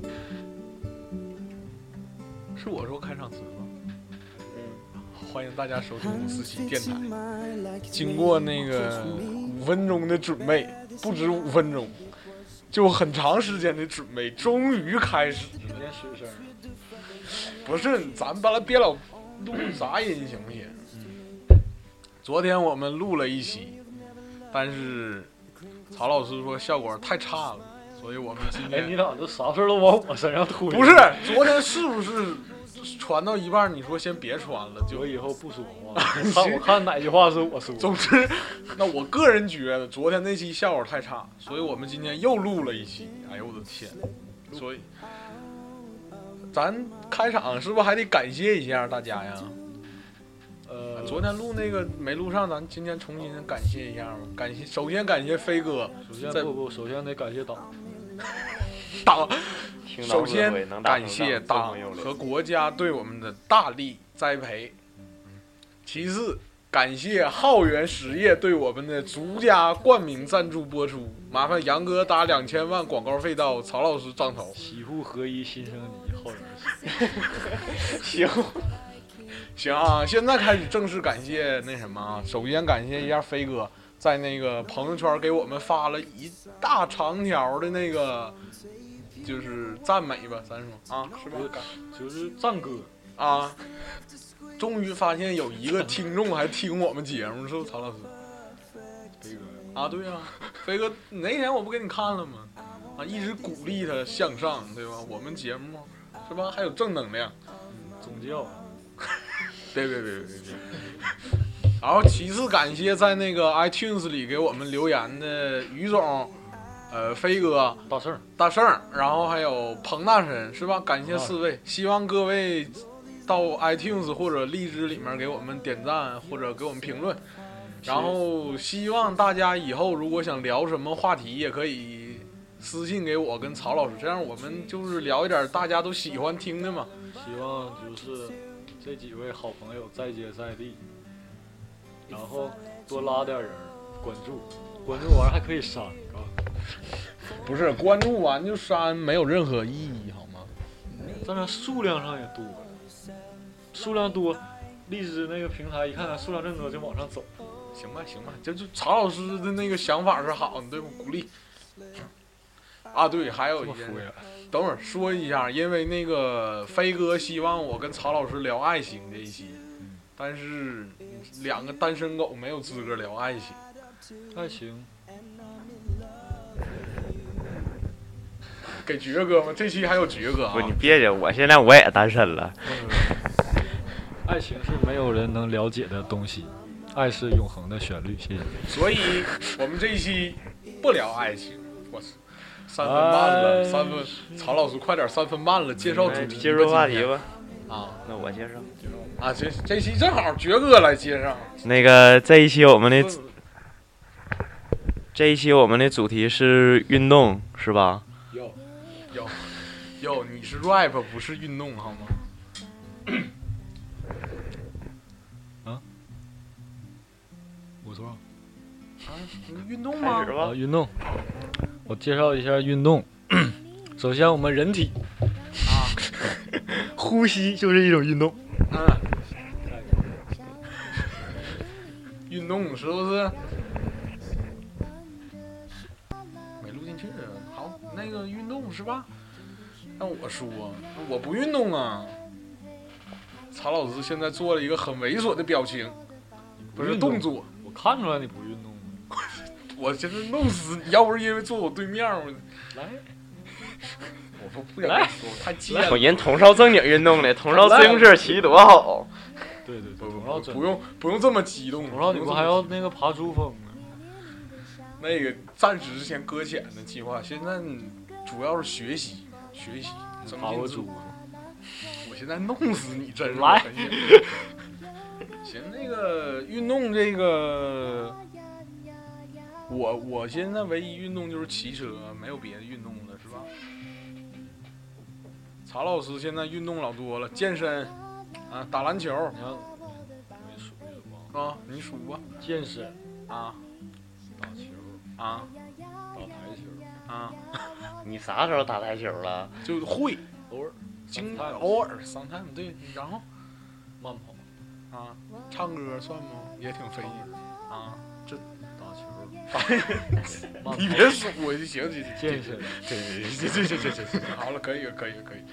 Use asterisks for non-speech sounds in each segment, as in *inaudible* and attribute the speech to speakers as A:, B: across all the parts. A: 嗯
B: 大家收听五四七电台。经过那个五分钟的准备，不止五分钟，就很长时间的准备，终于开始了。
A: 你先使声儿，
B: 不是，咱别别老录杂音行不行？
A: 嗯
B: 昨天我们录了一期，但是曹老师说效果太差了，所以我们今
A: 哎，你
B: 天
A: 咋都啥事儿都往我身上推？
B: 不是，昨天是不是传到一半你说先别传了就
A: 我以后不说话。
B: *laughs*
A: 看我看哪句话是我说。
B: 总之，那我个人觉得昨天那期效果太差，所以我们今天又录了一期。哎呦我的天！所以，咱开场是不是还得感谢一下大家呀？
A: 呃，
B: 昨天录那个没录上，咱今天重新感谢一下吧。感谢，首先感谢飞哥，
A: 首先
B: 在
A: 不不，首先得感谢党，
B: 党，
C: 听到
B: 首
C: 智慧
B: 先
C: 能达成
B: 感谢
C: 这么
B: 党
C: 有
B: 和
C: 力
B: 国家对我们的大力栽培，其次感谢浩源实业对我们的独家冠名赞助播出，麻烦杨哥打两千万广告费到曹老师账头，
A: 喜护合一，心生你，好人是。
C: 行，
B: 行啊，现在开始正式感谢那什么啊，首先感谢一下飞哥在那个朋友圈给我们发了一大长条的那个，就是赞美吧，咱说啊，是吧？
A: 就是赞歌，
B: 啊，终于发现有一个听众还听我们节目，是不是曹老师？
A: 飞哥，
B: 啊，对呀、飞哥，哪天我不给你看了吗？啊，一直鼓励他向上，对吧？我们节目是吧？还有正能量。
A: 宗教，
B: 别别别别别！ *laughs* 然后其次感谢在那个 iTunes 里给我们留言的于总、呃飞哥、
A: 大圣，
B: 大圣，然后还有彭大神，是吧？感谢四位，希望各位到 iTunes 或者荔枝里面给我们点赞或者给我们评论。然后希望大家以后如果想聊什么话题，也可以私信给我跟曹老师，这样我们就是聊一点大家都喜欢听的嘛。
A: 希望就是这几位好朋友再接再厉，然后多拉点人关注，关注完还可以删，啊，
B: 不是关注完就删，没有任何意义，好吗？
A: 当然数量上也多，数量多，荔枝那个平台一看咱数量这么多就往上走，
B: 行吧，行吧，就就曹老师的那个想法是好的，对不？鼓励。啊，对，还有一
A: 这么
B: 件事
A: 敷衍，
B: 等会儿说一下，因为那个飞哥希望我跟曹老师聊爱情这一期，但是两个单身狗没有资格聊爱情。
A: 爱情
B: 给爵哥吗？这期还有爵哥啊
C: 不，？你别介，我现在我也单身了。
A: 爱情是没有人能了解的东西，爱是永恒的旋律。谢谢。
B: 所以我们这一期不聊爱情。我操，三分半了，
A: 哎
B: 三分，曹老师快点，三分半了，介绍主
C: 哎
B: 题吧，
C: 进入话
B: 哦
C: 题
B: 今天
C: 吧。
B: 啊。
C: 那我介绍。
B: 啊，这这期正好爵哥来接上，
C: 那个这一期我们的
B: 问
C: 这一期我们的主题是运动，是吧？
B: 有有有，你是 rap 不是运动好吗？
A: 我说
B: 啊，你运动
C: 开
B: 吗
C: 始？吧
A: 啊，。运动，我介绍一下运动。 *clears throat* 首先，我们人体
B: 啊，
A: 呼吸就是一种运动。
B: 嗯， *laughs* 运动是不是？没录进去，啊好，那个运动是吧？让我说，我不运动啊。曹老师现在做了一个很猥琐的表情，不是
A: 运动
B: 动作，
A: 我看出来你不运动，
B: 我真是弄死你！要不是因为坐我对面，我
A: 来，
B: 我不不想
A: 来
B: 说，太贱
C: 我
B: 了。
C: 人童少正经运动的，童少自行车骑多好。
A: 对对
B: 不
A: 对，
B: 不
A: 总要
B: 不，
A: 整
B: 不，用不用这么激动。
A: 总要你
B: 不
A: 不
B: 用
A: 还
B: 这么
A: 要那个爬珠峰呢？
B: 那个暂时先搁浅的计划，现在主要是学习学习。增
A: 爬
B: 进
A: 过
B: 自我，
A: 珠峰，
B: 我现在弄死你！真是
A: 来
B: 我感觉 *laughs* 行，那个运动这个，我我现在唯一运动就是骑车，没有别的运动了，是吧？曹老师现在运动老多了，健身啊，打篮球
A: 你看，我给你数一数啊，
B: 啊，你数吧
A: 健身、
B: 啊
A: 打球、
B: 啊
A: 打台球，
B: 啊，
C: 你啥时候打台球了？
B: 就会
A: 偶尔
B: 经
A: 散步
B: 偶尔 sometime 对，然后
A: 慢跑，
B: 啊，唱歌算吗？也挺费劲啊。
A: 打 *laughs* 球、慢
B: *laughs* 你
A: 跑、
B: 别说我就行，这这
A: 健身，
B: 这这这这这这这好了，可以了，可以了，可以了。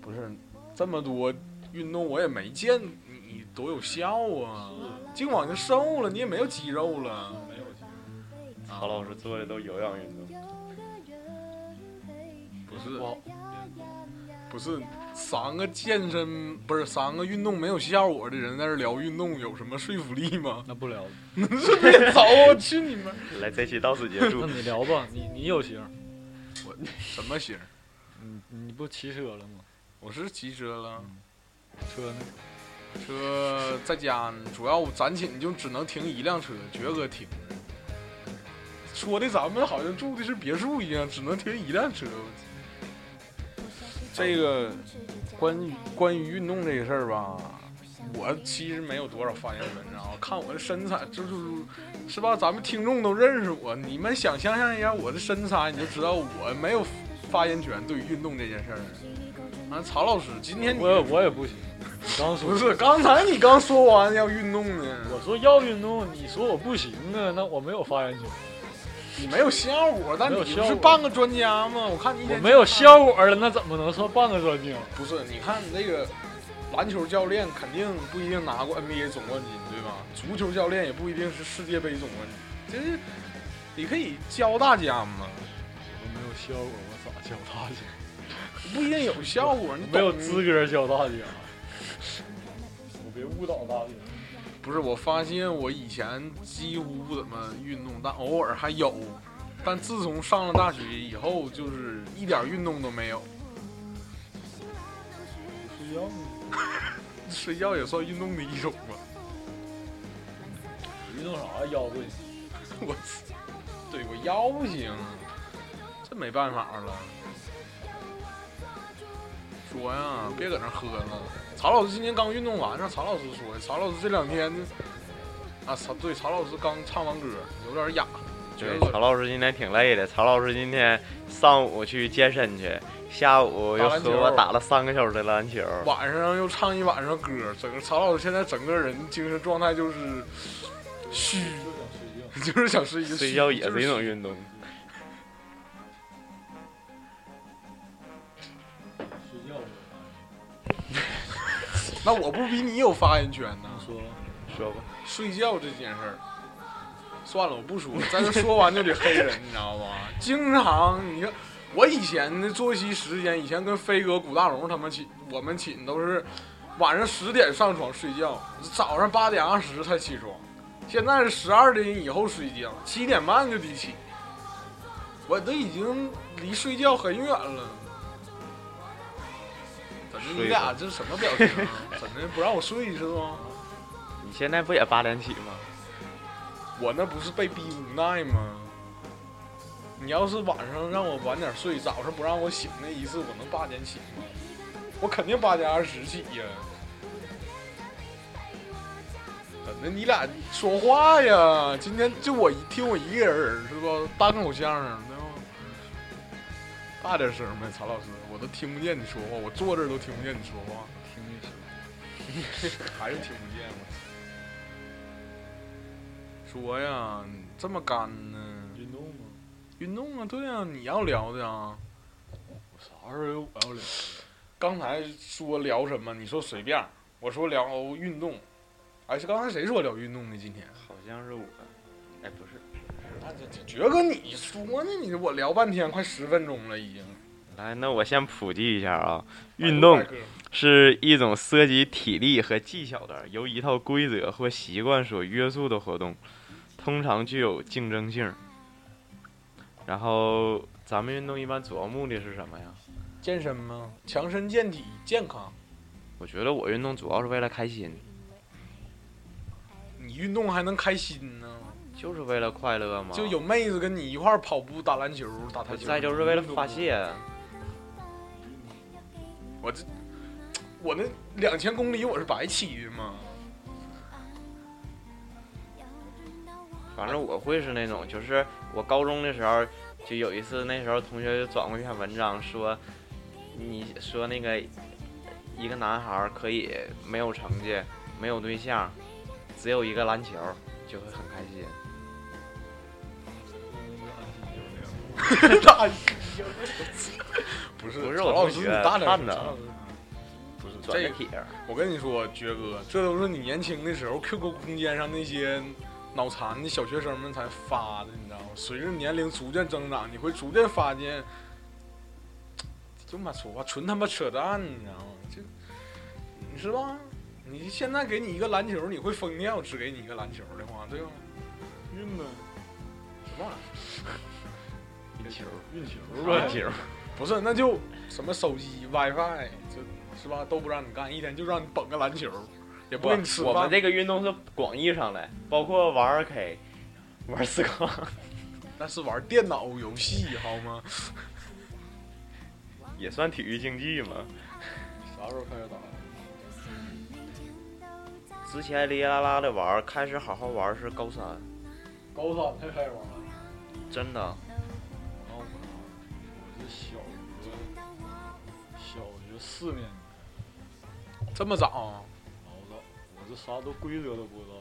B: 不是这么多运动，我也没见你多有效啊。尽管就瘦了，你也没有肌肉了。啊
A: 没有肌
C: 曹老师做的都有氧运动，
B: 不是
A: 肉，我
B: 不是，三个健身不是三个运动没有效果的人在这聊运动，有什么说服力吗？
A: 那不聊了。
B: 别走，我去你们！
C: 来，这期到此结
B: *laughs*
A: 那
C: 束。
A: 你聊吧，你你有型，
B: 我什么型？
A: 你嗯你不骑车了吗？
B: 我是骑车了，
A: 车呢？
B: 车在家主要咱寝就只能停一辆车，爵哥停。说的咱们好像住的是别墅一样，只能停一辆车。这个关于关于运动这个事儿吧，我其实没有多少发言文章。看我的身材，就是是吧？咱们听众都认识我，你们想象一下我的身材，你就知道我没有发言权对于运动这件事儿。啊，曹老师，今天你
A: 我也我 *laughs* 也不行。你刚
B: 不
A: 说
B: 是，刚才你刚说完要运动呢，
A: 我说要运动，你说我不行啊，那我没有发言权，
B: 你没有效果，但
A: 没
B: 你
A: 有
B: 不
A: 效
B: 是
A: 果
B: 半个专家吗？我看你一
A: 我
B: 天
A: 没有
B: 去看
A: 效果了，那怎么能算半个专啊精？
B: 不是，你看这个篮球教练肯定不一定拿过 NBA 总冠军，对吧？足球教练也不一定是世界杯总冠军，就是你可以教大家嘛，
A: 我没有效果，我咋教大家？
B: 不一定有效果。你
A: 没有
B: 懂
A: 资格教大家。啊 *laughs* 我别误导大家。
B: 不是，我发现我以前几乎不怎么运动，但偶尔还有。但自从上了大学以后，就是一点运动都没有。
A: 睡觉
B: 睡觉也算运动的一种吧。
A: 运动啥腰不行？
B: *laughs* 我操，对我腰不行，这没办法了。说呀，别搁那喝了。曹老师今天刚运动完，让曹老师说。曹老师这两天，啊，曹对曹老师刚唱完歌，有点哑，觉
C: 对
B: 得，恶
C: 曹老师今天挺累的。曹老师今天上午去健身去，下午又和我打了三个小时的篮球。
B: 晚上又唱一晚上歌，整个曹老师现在整个人精神状态就是虚， *laughs*
A: 就想睡
B: 就是想睡
A: 觉。
B: 觉，
C: 睡觉也
B: 就是
C: 一种运动。
A: 睡觉。
B: 那我不比你有发言权呢。
A: 你说吧，
C: 说吧，
B: 睡觉这件事儿，算了，我不说了， *laughs* 在这说完就得黑人，你知道吧？经常你看我以前的作息时间，以前跟飞哥、古大龙他们寝，我们寝都是晚上十点上床睡觉，早上八点二十才起床。现在是十二点以后睡觉，七点半就得起。我都已经离睡觉很远了。怎么你俩这什么表情、啊？怎么不让我睡是吗？
C: 你现在不也八点起吗？
B: 我那不是被逼无奈吗？你要是晚上让我晚点睡，早上不让我醒那一次，我能八点起吗？我肯定八点二十起呀。怎的？你俩说话呀？今天就我一听我一个人儿是不？单口相声对吗？大点声呗，曹老师，我都听不见你说话，我坐这儿都听不见你说话，
A: 听你说。
B: 还是听不见我操。说呀，你这么干呢？
A: 运动吗？
B: 运动啊，对啊，你要聊的啊。
A: 我啥时候有我要聊？
B: 刚才说聊什么？你说随便儿，我说聊运动。哎，是刚才谁说聊运动呢？今天，
C: 好像是我，哎，不是。
B: 觉哥你说呢？你我聊半天，快十分钟了已经。
C: 来，那我先普及一下啊，运动是一种涉及体力和技巧的，由一套规则或习惯所约束的活动，通常具有竞争性。然后，咱们运动一般主要目的是什么呀？
B: 健身吗？强身健体，健康。
C: 我觉得我运动主要是为了开心，
B: 你运动还能开心呢，
C: 就是为了快乐嘛。
B: 就有妹子跟你一块儿跑步、打篮球、打台球。
C: 再就是为了发。泄。
B: 我这，我那两千公里我是白骑的吗？ *laughs*
C: 反正我会是那种，就是我高中的时候，就有一次，那时候同学就转过一篇文章说，你说那个一个男孩儿可以没有成绩，没有对象，只有一个篮球，就会很开心。
A: 嗯
B: 大不是
C: 不是
B: 曹
C: 我
B: 老
C: 同
B: 师，
C: 学
B: 你大点
C: 看
B: 声
C: 的，
A: 不是
C: 转个帖儿。
B: 我跟你说，爵哥，这都是你年轻的时候 QQ 空间上那些脑残的小学生们才发的，你知道吗？随着年龄逐渐增长，你会逐渐发现，就妈说话纯他妈扯淡，你知道吗？这你是吧？你现在给你一个篮球，你会疯掉；只给你一个篮球的话，对吧？
A: 运呢？
B: 什
C: *laughs*
B: 么玩意儿？
C: 运球，
A: 运球
C: 运
A: 呗。
C: 球，
B: 不是，那就什么手机、WiFi，就是吧，都不让你干，一天就让你捧个篮球，也不给你吃
C: 我
B: 饭。
C: 们这个运动是广义上的，包括玩二 K，玩四 *laughs* 杠。
B: 那是玩电脑游戏好吗？
C: 也算体育竞技嘛。
A: 啥时候开始打？
C: 之前哩啦啦的玩儿，开始好好玩儿是高三，
A: 高三才开始玩。
C: 真的。
A: 然后我我是小学，小学四年级，
B: 这么早？
A: 然后我我这啥都规则都不知道，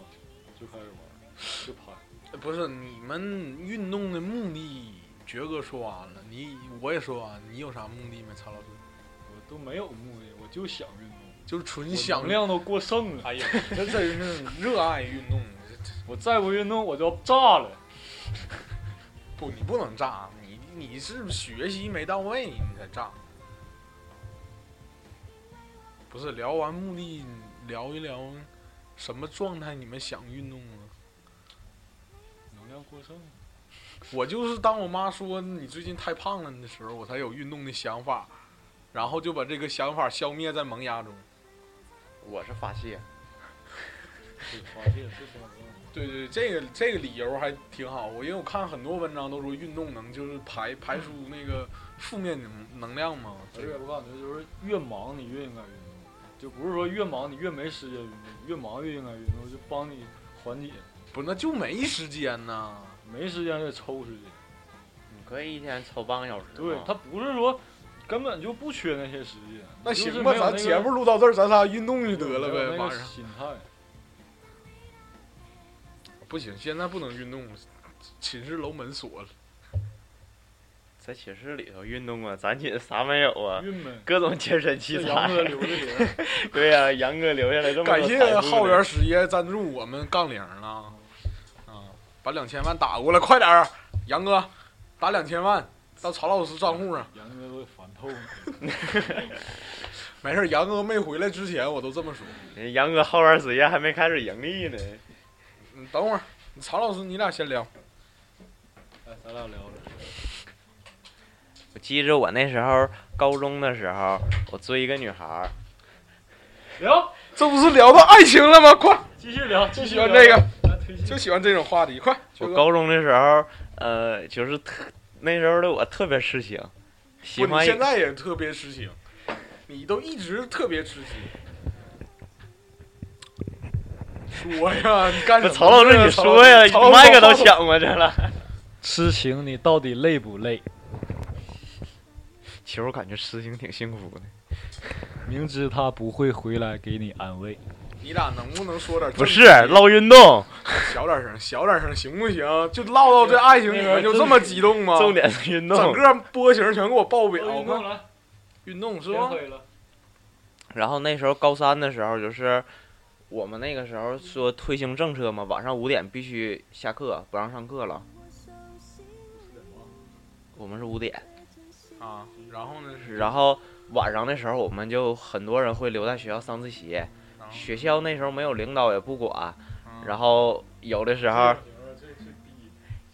A: 就开始玩，就拍。
B: 不是你们运动的目的，爵哥说完了，你我也说完，你有啥目的没？曹老师
A: 我都没有目的，我就想运动。
B: 就是纯
A: 我
B: 想
A: 能。量都过剩啊了，
B: 哎呀，这真是热爱运动。这这
A: 我再不运动我就要炸了。
B: 不，你不能炸，啊你你是学习没到位，你才炸。不是聊完目的，聊一聊什么状态你们想运动啊？
A: 能量过剩，
B: 我就是当我妈说你最近太胖了的时候，我才有运动的想法，然后就把这个想法消灭在萌芽中。
C: 我是发泄，
A: 对，发泄是什么？
B: 对对，这个这个理由还挺好。我因为我看很多文章都说运动能就是排排出那个负面能能量嘛。
A: 而且我感觉就是越忙你越应该运动，就不是说越忙你越没时间运动，越忙越应该运动，就帮你缓解。
B: 不，那就没时间呐。
A: 没时间也抽时间。
C: 你可以一天抽半个小时嘛。
B: 啊
A: 对他不是说根本就不缺那些时间，
B: 那
A: 就是
B: 行
A: 没
B: 吧，
A: 有
B: 咱
A: 那个
B: 节目录到这儿，咱仨运动就得了
A: 没有
B: 呗。
A: 那
B: 晚
A: 个
B: 上
A: 心态，
B: 不行，现在不能运动，寝室楼门锁了。
C: 在寝室里头运动啊， *laughs* 咱寝啥没有啊？
A: 郁
B: *laughs*
A: 闷。
C: 各种健身器
A: 这杨哥
C: 材。
A: 留的人，
C: *laughs* 对呀、杨哥留下来这么多
B: 感谢
C: 财富呢
B: 浩源实业赞助我们杠铃了，啊，把两千万打过来，快点儿，杨哥，打两千万到曹老师 *laughs* 账户上。
A: 杨哥都烦透了。
B: 没事儿，杨哥没回来之前我都这么说。
C: 人杨哥浩源实业还没开始盈利呢。
B: 你嗯等会儿，曹老师你俩先聊。
A: 哎，咱俩聊聊。
C: 我记着我那时候高中的时候，我追一个女孩儿，
A: 聊，
B: 这不是聊到爱情了吗？快，
A: 继续聊，
B: 就
A: 继续
B: 喜
A: 聊
B: 欢这个，，
A: 来推
B: 就
A: 荐。
B: 喜欢这种话题。快，
C: 我
B: 就
C: 高中的时候，呃，就是特那时候的我特别痴情，喜
B: 不，
C: 欢
B: 你
C: 一
B: 现在也特别痴情，你都一直特别痴情。说呀，你干什么
C: 不是
B: 呢？
C: 曹老师，你
B: 曹
C: 说呀，
B: 曹老师
C: 麦克都
B: 曹老师
C: 抢过去了。
A: 痴情，你到底累不累？
C: *laughs* 其实我感觉痴情挺幸福的。
A: 明知他不会回来给你安慰，
B: 你俩能不能说点正
C: 不
B: 经
C: 是
B: 的？
C: 唠运动，
B: 小点声，小点声，行不行？就唠到这爱情里面，就这么激动吗？
C: 重点是运
B: 整
C: 动。
B: 个波形全给我报表，
A: 运动
B: 快
A: 了，
B: 运动是
A: 天
B: 吧？
A: 黑了，
C: 然后那时候高三的时候，就是我们那个时候说推行政策嘛，晚上五点必须下课，不让上课了。我们是五点，
B: 啊，然后呢是，
C: 然后晚上的时候我们就很多人会留在学校上自习。学校那时候没有领导也不管，然
B: 后
C: 后有的时候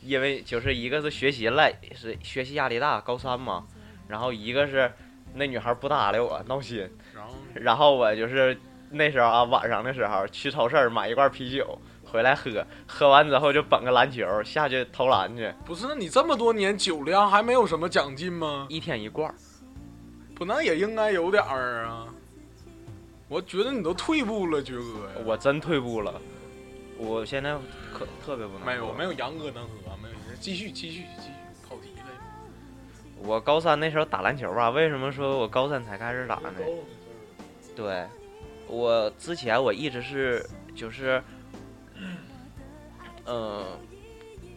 C: 因为就是一个是学习累，是学习压力大，高三嘛，然后一个是那女孩不搭理我，闹心。
B: 然后
C: 然后我就是那时候啊，晚上的时候去超市买一罐啤酒回来喝，喝完之后就捧个篮球下去投篮去，
B: 不是？那你这么多年酒量还没有什么长进吗？
C: 一天一罐儿。
B: 不，那也应该有点儿啊。我觉得你都退步了，爵哥呀。
C: 我真退步了，我现在可特别不能喝。
B: 没有没有杨哥能喝，没有继续继续继续跑题了。
C: 我高三那时候打篮球吧，为什么说我高三才开始打呢？对，
D: 我之前我一直是就是，嗯、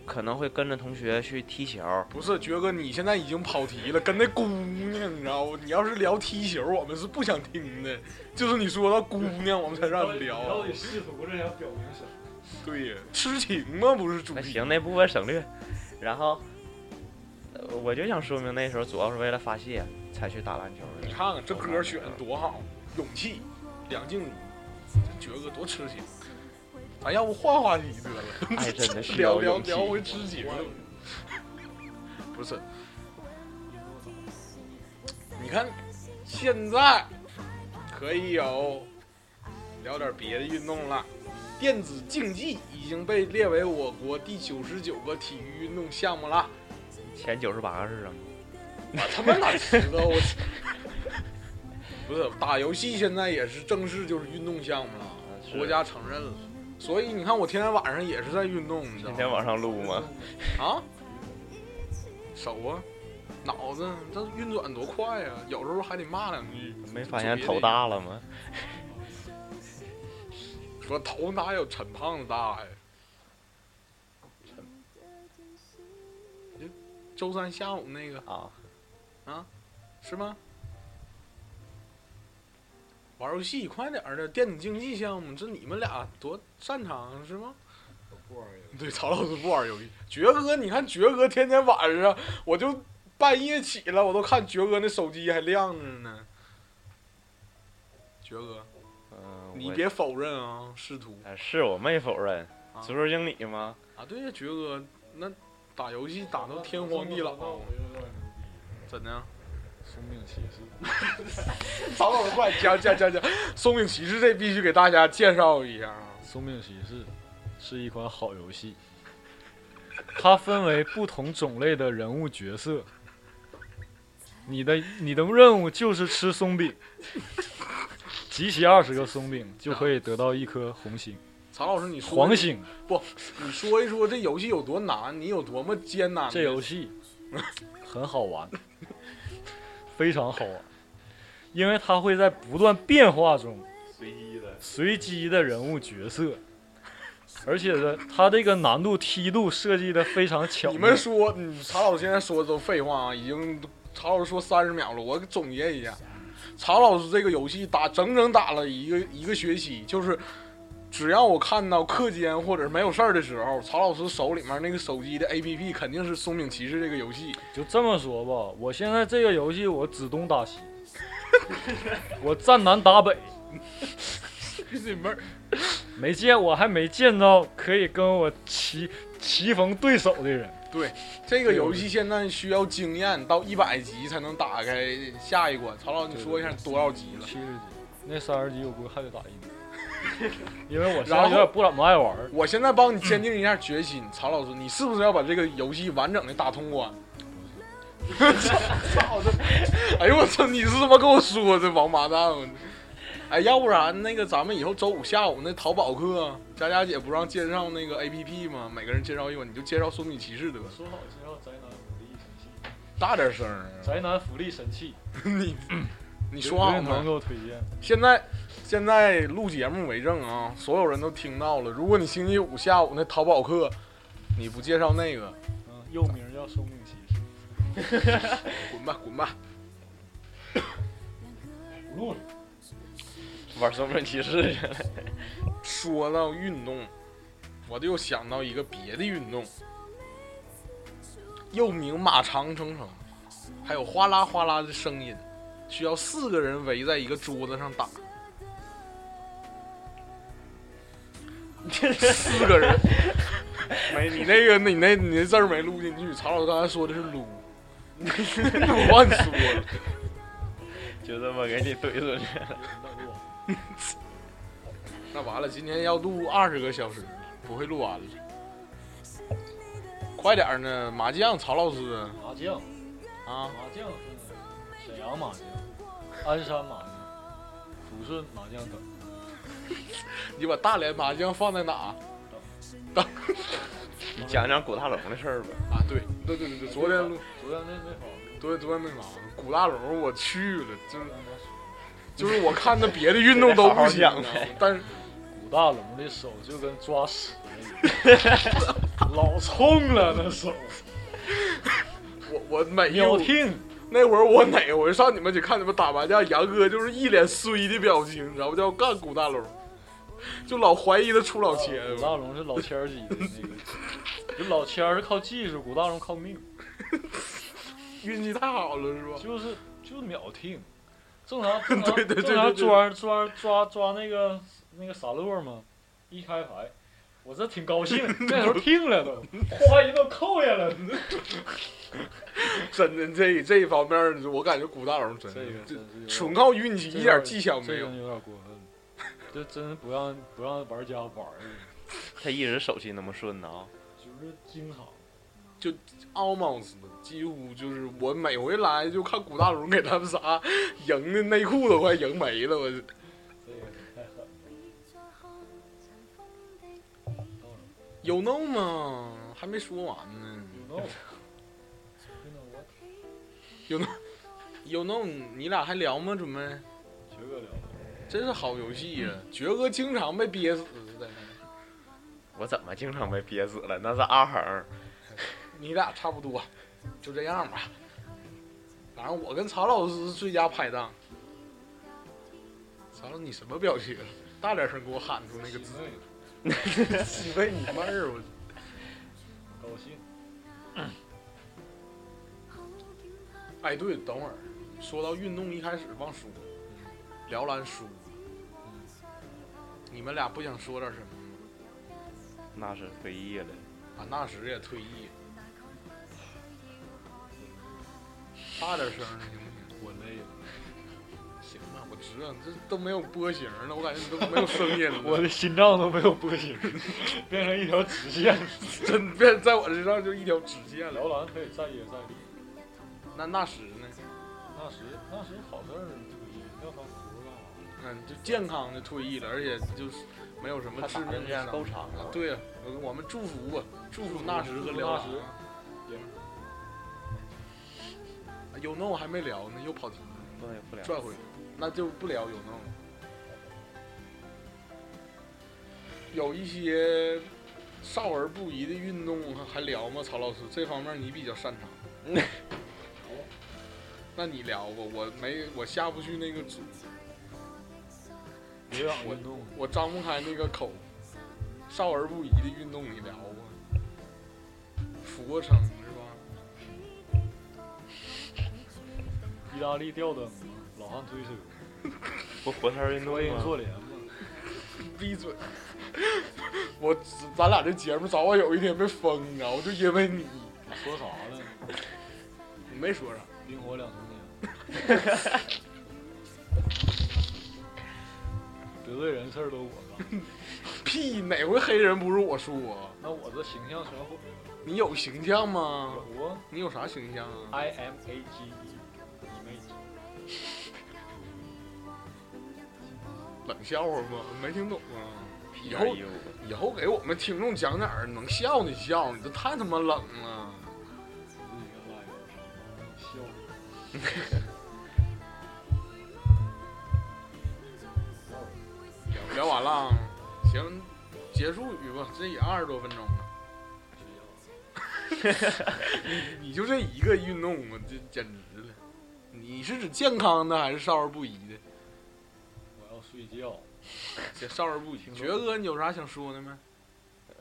D: 可能会跟着同学去踢球儿，
B: 不是，爵哥，你现在已经跑题了，跟那姑娘，你知道不？你要是聊踢球，我们是不想听的，就是你说到姑娘，我们才让你
A: 你
B: 聊
A: 到
B: 啊
A: 底。试图是想表明什么？
B: 对呀，痴情嘛，不是主
D: 那
B: 题。
D: 行，那部分省略。然后，呃我就想说明那时候主要是为了发泄才去打篮球
B: 你
D: 的。
B: 看看这歌选的多好，《勇气》，梁静茹，这爵哥多痴情。咱要不换话题得了，
D: 哎，真的是
B: *laughs* 聊
D: 有
B: 聊
D: 勇气
B: 聊回痴情了。不是，你看现在可以有聊点别的运动了。电子竞技已经被列为我国第九十九个体育运动项目了。
D: 前九十八个是什么？
B: 我他妈哪知道？我操 *laughs* 不是打游戏现在也是正式就是运动项目了，
D: 是
B: 啊国家承认了。所以你看，我天天晚上也是在运动，你知
D: 今
B: 道吗？
D: 天往上撸吗？
B: 啊，手啊，脑子，这运转多快呀、有时候还得骂两句。
D: 没发现头大了吗？
B: 说头哪有陈胖子大呀？陈，周三下午那个
D: 啊，
B: 是吗？玩游戏快点儿的，电子竞技项目，这你们俩多擅长是吗？
A: 不玩游戏，
B: 对，曹老师不玩游戏。爵哥，你看爵哥天天晚上，我就半夜起了，我都看爵哥那手机还亮着呢。爵哥，
D: 嗯，
B: 你
D: 我
B: 别否认啊，仕途
D: 呃是我没否认
B: 啊，
D: 足球经理吗？
B: 啊，对呀，爵哥，那打游戏打到天荒地老，啊怎的？
A: 生命骑士，
B: 曹老师快讲讲讲讲，《松饼骑士》这必须给大家介绍一下啊。
A: 生命骑士是一款好游戏，它分为不同种类的人物角色。你的你的任务就是吃松饼，集齐二十个松饼就可以得到一颗红星、
B: 曹老师，你说
A: 黄星。
B: 你说一说这游戏有多难，你有多么艰难？
A: 这游戏 *laughs* 很好玩，非常好玩，因为它会在不断变化中
C: 随机的，
A: 随机的人物角色，而且呢，它这个难度梯度设计的非常巧妙。
B: 你们说，嗯，曹老师现在说的都废话啊，已经曹老师说三十秒了，我总结一下，曹老师这个游戏打整整打了一个一个学期，就是只要我看到课间或者是没有事儿的时候，曹老师手里面那个手机的 APP 肯定是《松饼骑士》这个游戏，
A: 就这么说吧，我现在这个游戏我指东打
B: *laughs*
A: 西，我站南打北，
B: 你们
A: 没见我还没见到可以跟我棋棋逢对手的人。
B: 这个游戏现在需要经验到一百级才能打开下一关。曹老师，你说一下多少级了？
A: 七十级，那三十级我估计还得打一 *laughs* 年，因为我
B: 然
A: 现在
B: 后
A: 有点不怎么爱玩儿。
B: 我现在帮你坚定一下决心，曹老师，你是不是要把这个游戏完整的打通关？操的！哎呦我操！你是他妈跟我说的王八蛋！我哎，要不然那个咱们以后周五下午那淘宝课，佳佳姐不让介绍那个 A P P 吗？每个人介绍一款，你就介绍《松饼骑士》得了，
A: 说好是要宅男福利神器，
B: 大点声儿啊！
A: 宅男福利神器，
B: 你你说好吗
A: 能？给我推荐？
B: 现在现在录节目为证啊，所有人都听到了。如果你星期五下午那淘宝课，你不介绍那个，
A: 嗯，又名叫生命骑士。
B: 滚吧滚吧！
A: 录了，
D: 玩生命骑士去了。
B: 说到运动，我就想到一个别的运动，又名马长城绳，还有哗啦哗啦的声音，需要四个人围在一个桌子上打。 *laughs* 四个人，没你那个，你那你那字儿没录进去。曹老师刚才说的是 *laughs* 撸，我乱说了。
D: 就这么给你怼出去。
B: 啊那完了，今天要录二十个小时，不会录完了。快点儿呢，麻将，曹老师
A: 麻将，
B: 啊，
A: 麻将是沈阳麻将、鞍山麻将、抚顺麻将等。
B: 你把大连麻将放在哪啊？嗯
D: 你讲讲古大龙的事儿吧。
B: 对，对对对对，昨天录，
A: 哎昨天那那好，
B: 昨天昨天那啥，古大楼我去了，真
A: 刚才说
B: 真就是我看的别的运动都不行
C: 好
A: *laughs*
C: 好想，
B: 但是
A: 武大龙的手就跟抓屎一
B: *laughs*
A: 样，老冲了那手，
B: 我我每一
A: 秒
B: 我
A: 听。
B: 那会儿我哪我上你们去看你们打麻将，杨哥就是一脸衰的表情，然后叫干古大龙，就老怀疑他出老千，
A: 古大龙是哦老千儿级的那个，就老千儿是靠技术，古大龙靠命，
B: 运气太好了是吧？
A: 就是就是秒听。
B: *laughs*
A: 正常正常
B: 对对对
A: 正常
B: 对对
A: 抓抓抓抓那个那个散落嘛，一开牌，我这挺高兴，那时
B: *laughs*
A: 候听了都，哗一道扣下来了。
B: 真的这这一方面儿，我感觉古大龙真
A: 这
B: 的
A: 个真
B: 这
A: 是有
B: 纯
A: 点
B: 靠运气，
A: 这
B: 一
A: 有
B: 点技巧没
A: 这
B: 有
A: 个。有点过分，这真不让不让玩家玩儿，
D: 他一直手气那么顺呢啊、
A: 就是经常。
B: almost 几乎就是我每回来就看古大龙给他们仨赢的内裤都快赢没了， *laughs* 我
A: 这个太狠了
B: you know 吗？还没说完呢
A: ，you
B: *laughs*
A: know，you know what？
B: ，you know 你俩还聊吗？准备
A: 绝哥聊的，
B: 真是好游戏 *laughs* 呀、爵哥经常被憋死在那，
D: 我怎么经常被憋死了？那是阿恒，
B: 你俩差不多，就这样吧。反正我跟曹老师是最佳拍档。曹老师，你什么表情？啊大点声给我喊出那个字！
A: 那个
B: 你为你妹儿，我
A: 高兴。
B: 哎，对，等会儿说到运动，一开始忘说，聊篮输，你们俩不想说点什么吗？
D: 那是退役了。
B: 啊，纳什也退役，大点声儿行不
A: 我累了，
B: 行？行吧，我知道这都没有波形了，我感觉你都没有声音 *laughs* 了。
A: 我的心脏都没有波形，变成一条直线。
B: 真变在我身上就一条直线了。
A: 辽篮可以再接再厉，
B: 那纳什呢？
A: 那时那时好事儿退役，要防服干嘛？
B: 嗯，就健康的退役了，而且就是没有什么
D: 他
B: 致
D: 打的
B: 命
D: 这
B: 的
D: 样
B: 伤啊
D: 够。长了。
B: 对呀，我我们祝福吧，祝福纳什和辽啊
A: 纳什
B: 啊有弄还没聊呢，又跑题了
D: 那也不聊。
B: 转回去，那就不聊有弄了。有一些少儿不宜的运动还聊吗？曹老师，这方面你比较擅长。那你聊吧，我没我下不去那个组，
A: 有氧运动，
B: 我张不开那个口。少儿不宜的运动你聊吧，俯卧撑是吧？ *laughs*
A: 意大利吊灯嘛，老汉推车，
D: 不活塞运动
A: 观音
D: 吗？
A: 坐莲嘛，
B: 闭嘴！ *laughs* 我咱俩这节目早晚有一天被封，你知道吗？就因为你，
A: 我说啥呢？
B: 你没说啥。
A: 冰火两重天。 *laughs* 得罪人事儿都我干，
B: 屁！哪回黑人不是我说？啊
A: 那我这形象全毁了。
B: 你有形象吗？
A: 有啊
B: 你有啥形象啊？
A: ，I M A G E，你妹鸡！
B: 冷笑话吗？没听懂啊！以后
D: PRU
B: 以后给我们听众讲点儿能笑的笑，你这太他妈冷了。
A: 自己拉一个笑脸。
B: 聊聊完了啊，行，结束语吧，这也二十多分钟了。你就这一个运动，我这简直了。你是指健康的还是少儿不宜的？
A: 我要睡觉。
B: 这少儿不宜。
A: 听
B: 爵
A: 说
B: 哥，你有啥想说的没？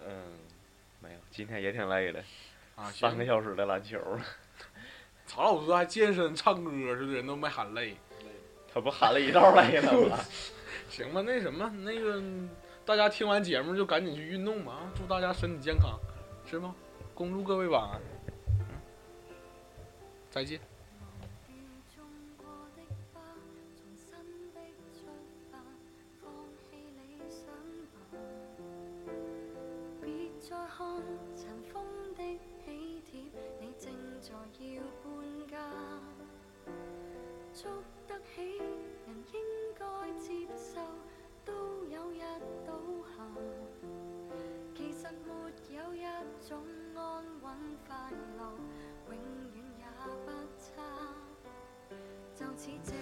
D: 嗯，没有，今天也挺累的，
B: 啊，行
D: 三个小时的篮球了，
B: 曹老师还健身唱歌似的，人都没喊累。
D: 他不喊了一道累了吗？
B: *laughs* 行吧，那什么，那个大家听完节目就赶紧去运动吧啊！祝大家身体健康，是吗？恭祝各位晚安，嗯再见。
E: 种过的花，重新的出发，放弃理想吧。别再看尘封的喜帖，你正在要搬家。捉得起人應該接受，都有日倒下。其實沒有一種安穩快樂，永遠也不差。就似這